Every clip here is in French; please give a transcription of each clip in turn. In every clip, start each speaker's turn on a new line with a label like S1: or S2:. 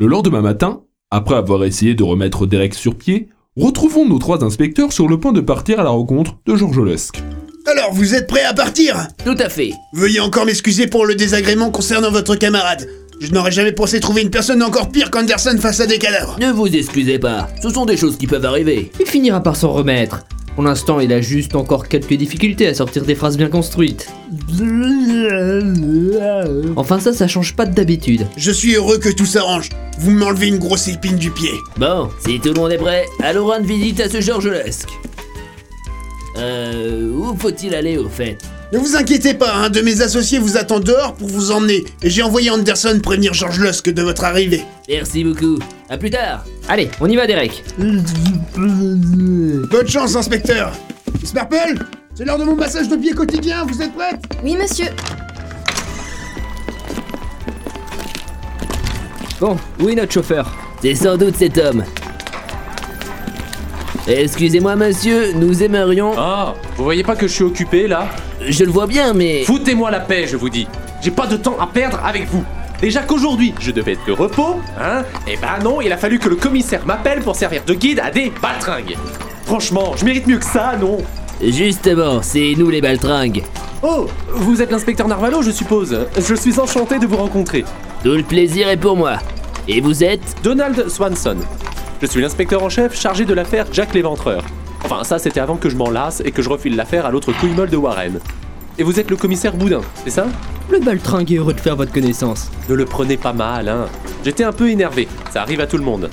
S1: Le lendemain matin, après avoir essayé de remettre Derek sur pied, retrouvons nos trois inspecteurs sur le point de partir à la rencontre de Georges Lusk.
S2: Alors, vous êtes prêts à partir
S3: Tout à fait.
S2: Veuillez encore m'excuser pour le désagrément concernant votre camarade. Je n'aurais jamais pensé trouver une personne encore pire qu'Anderson face à des cadavres.
S3: Ne vous excusez pas. Ce sont des choses qui peuvent arriver.
S4: Il finira par s'en remettre. Pour l'instant, il a juste encore quelques difficultés à sortir des phrases bien construites. Enfin ça, ça change pas d'habitude.
S2: Je suis heureux que tout s'arrange. Vous m'enlevez une grosse épine du pied.
S3: Bon, si tout le monde est prêt, allons rendre visite à ce Georges Lusk. Euh, où faut-il aller au fait
S2: Ne vous inquiétez pas, un de mes associés vous attend dehors pour vous emmener. Et j'ai envoyé Anderson prévenir George Lusk de votre arrivée.
S3: Merci beaucoup. À plus tard.
S4: Allez, on y va Derek.
S2: Bonne chance, inspecteur. Miss Marple, c'est l'heure de mon massage de pied quotidien. Vous êtes prête
S5: Oui, monsieur.
S4: Bon, où est notre chauffeur
S3: C'est sans doute cet homme. Excusez-moi, monsieur, nous aimerions.
S6: Ah, vous voyez pas que je suis occupé là
S3: Je le vois bien, mais.
S6: Foutez-moi la paix, je vous dis. J'ai pas de temps à perdre avec vous. Déjà qu'aujourd'hui, je devais être de repos, hein Eh ben non, il a fallu que le commissaire m'appelle pour servir de guide à des baltringues. Franchement, je mérite mieux que ça, non
S3: Justement, c'est nous les baltringues.
S6: Oh, vous êtes l'inspecteur Narvalo, je suppose. Je suis enchanté de vous rencontrer.
S3: Tout le plaisir est pour moi. Et vous êtes
S6: Donald Swanson. Je suis l'inspecteur en chef chargé de l'affaire Jack l'Éventreur. Enfin, ça c'était avant que je m'en lasse et que je refile l'affaire à l'autre couille molle de Warren. Et vous êtes le commissaire Boudin, c'est ça
S4: Le baltringue est heureux de faire votre connaissance.
S6: Ne le prenez pas mal, hein. J'étais un peu énervé, ça arrive à tout le monde.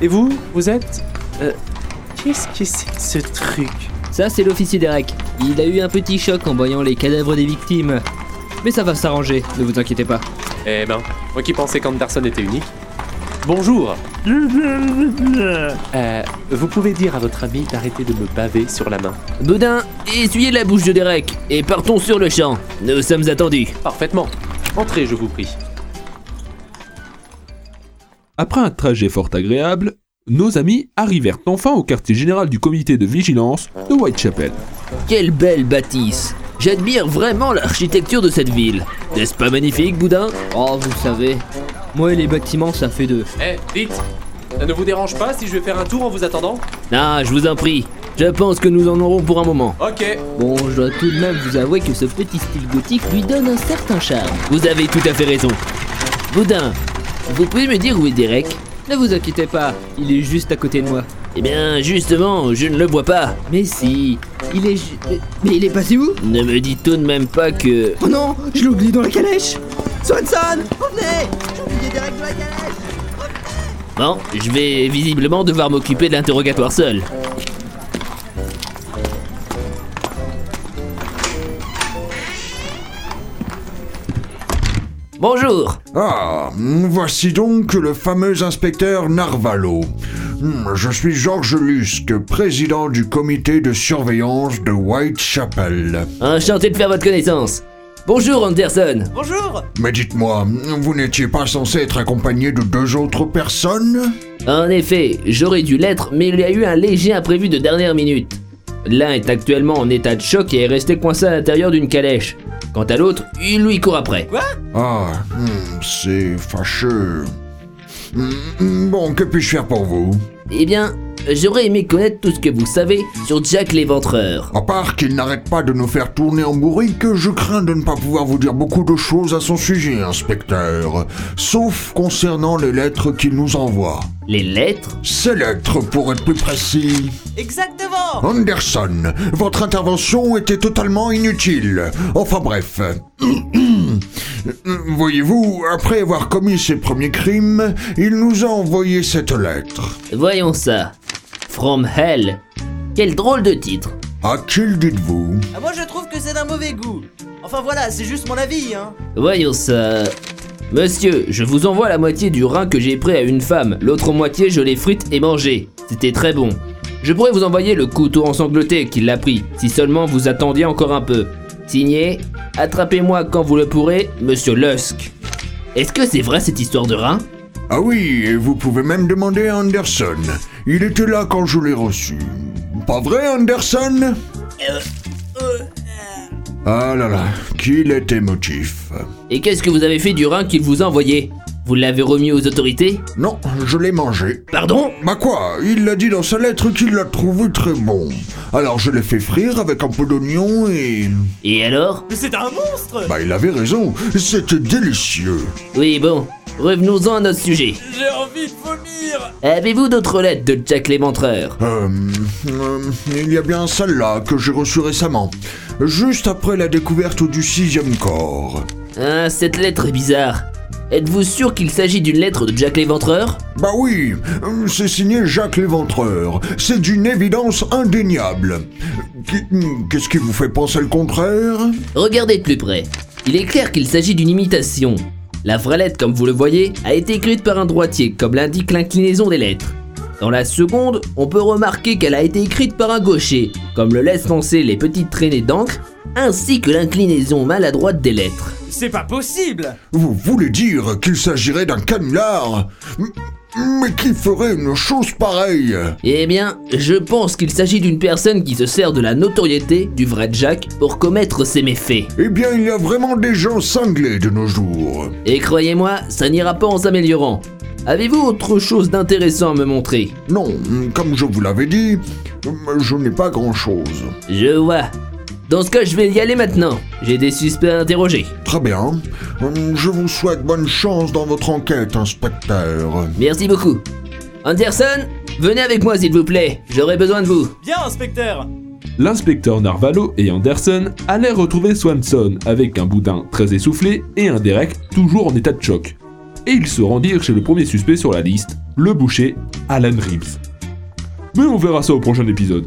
S6: Et vous, vous êtes. euh, Qu'est-ce que c'est que ce truc
S4: Ça, c'est l'officier Derek. Il a eu un petit choc en voyant les cadavres des victimes. Mais ça va s'arranger, ne vous inquiétez pas.
S6: Eh ben, moi qui pensais qu'Anderson était unique. Bonjour Euh, Vous pouvez dire à votre ami d'arrêter de me baver sur la main.
S3: Boudin, essuyez la bouche de Derek et partons sur le champ. Nous sommes attendus.
S6: Parfaitement. Entrez, je vous prie.
S1: Après un trajet fort agréable, nos amis arrivèrent enfin au quartier général du comité de vigilance de Whitechapel.
S3: Quelle belle bâtisse J'admire vraiment l'architecture de cette ville. N'est-ce pas magnifique, Boudin
S4: Oh, vous savez, moi et les bâtiments, ça fait deux.
S6: Eh, vite Ça ne vous dérange pas si je vais faire un tour en vous attendant
S3: Ah, je vous en prie. Je pense que nous en aurons pour un moment.
S6: Ok.
S4: Bon, je dois tout de même vous avouer que ce petit style gothique lui donne un certain charme.
S3: Vous avez tout à fait raison. Boudin, vous pouvez me dire où est Derek
S4: Ne vous inquiétez pas, il est juste à côté de moi.
S3: Eh bien, justement, je ne le vois pas.
S4: Mais si, il est... ju- Mais- Mais il est passé où
S3: Ne me dites tout de même pas que...
S4: Oh non, je l'ai oublié dans la calèche Swanson, revenez J'ai oublié Derek dans la calèche
S3: Bon, je vais visiblement devoir m'occuper de l'interrogatoire seul. Bonjour
S7: Ah, voici donc le fameux inspecteur Narvalo. Hmm, Je suis Georges Lusk, président du comité de surveillance de Whitechapel.
S3: Enchanté de faire votre connaissance. Bonjour Anderson.
S7: Mais dites-moi, vous n'étiez pas censé être accompagné de deux autres personnes
S3: En effet, j'aurais dû l'être, mais il y a eu un léger imprévu de dernière minute. L'un est actuellement en état de choc et est resté coincé à l'intérieur d'une calèche. Quant à l'autre, il lui court après.
S7: Ah, hmm, c'est fâcheux. Hmm, Bon, que puis-je faire pour vous
S3: Eh bien, j'aurais aimé connaître tout ce que vous savez sur Jack l'éventreur.
S7: À part qu'il n'arrête pas de nous faire tourner en bourrique, je crains de ne pas pouvoir vous dire beaucoup de choses à son sujet, inspecteur. Sauf concernant les lettres qu'il nous envoie.
S3: Les lettres
S7: Ces lettres, pour être plus précis. Exactement Anderson, votre intervention était totalement inutile. Enfin bref. Voyez-vous, après avoir commis ses premiers crimes, il nous a envoyé cette lettre.
S3: Voyons ça. From Hell. Quel drôle de titre.
S7: À qui le dites-vous
S8: Ah, moi je trouve que c'est d'un mauvais goût. Enfin voilà, c'est juste mon avis, hein.
S3: Voyons ça. Monsieur, je vous envoie la moitié du rein que j'ai pris à une femme. L'autre moitié, je l'ai frite et mangée. C'était très bon. Je pourrais vous envoyer le couteau ensangloté qui l'a pris, si seulement vous attendiez encore un peu. Signé, attrapez-moi quand vous le pourrez, monsieur Lusk. Est-ce que c'est vrai cette histoire de rein
S7: Ah oui, et vous pouvez même demander à Anderson. Il était là quand je l'ai reçu. Pas vrai, Anderson Ah là là, qu'il est émotif.
S3: Et qu'est-ce que vous avez fait du rein qu'il vous a envoyé Vous l'avez remis aux autorités
S7: Non, je l'ai mangé.
S3: Pardon
S7: Bah quoi, il l'a dit dans sa lettre qu'il l'a trouvé très bon. Alors je l'ai fait frire avec un peu d'oignon et...
S3: Et alors
S8: Mais c'est un monstre
S7: Bah il avait raison, c'était délicieux.
S3: Oui, bon. Revenons-en à notre sujet.
S8: J'ai envie de vomir
S3: Avez-vous d'autres lettres de Jack Lémentreur
S7: Euh, euh, il y a bien celle-là que j'ai reçue récemment, juste après la découverte du sixième corps.
S3: Ah, cette lettre est bizarre. Êtes-vous sûr qu'il s'agit d'une lettre de Jack Léventreur
S7: Bah oui, euh, c'est signé Jacques Léventreur. C'est d'une évidence indéniable. Qui- hmm, Qu'est-ce qui vous fait penser le contraire
S3: Regardez de plus près. Il est clair qu'il s'agit d'une imitation. La vraie lettre, comme vous le voyez, a été écrite par un droitier, comme l'indique l'inclinaison des lettres. Dans la seconde, on peut remarquer qu'elle a été écrite par un gaucher, comme le laissent penser les petites traînées d'encre, ainsi que l'inclinaison maladroite des lettres.
S8: C'est pas possible
S7: Vous voulez dire qu'il s'agirait d'un canular M- Mais qui ferait une chose pareille
S3: Eh bien, je pense qu'il s'agit d'une personne qui se sert de la notoriété du vrai Jack pour commettre ses méfaits.
S7: Eh bien, il y a vraiment des gens cinglés de nos jours.
S3: Et croyez-moi, ça n'ira pas en s'améliorant. Avez-vous autre chose d'intéressant à me montrer
S7: Non, comme je vous l'avais dit, hmm, je n'ai pas grand-chose.
S3: Je vois. Dans ce cas, je vais y aller maintenant. J'ai des suspects à interroger.
S7: Très bien. Hum, Je vous souhaite bonne chance dans votre enquête, inspecteur.
S3: Merci beaucoup. Anderson, venez avec moi s'il vous plaît. J'aurai besoin de vous.
S8: Bien, inspecteur
S1: L'inspecteur Narvalo et Anderson allaient retrouver Swanson avec un boudin très essoufflé et un Derek toujours en état de choc. Et ils se rendirent chez le premier suspect sur la liste, le boucher Alan Reeves. Mais on verra ça au prochain épisode.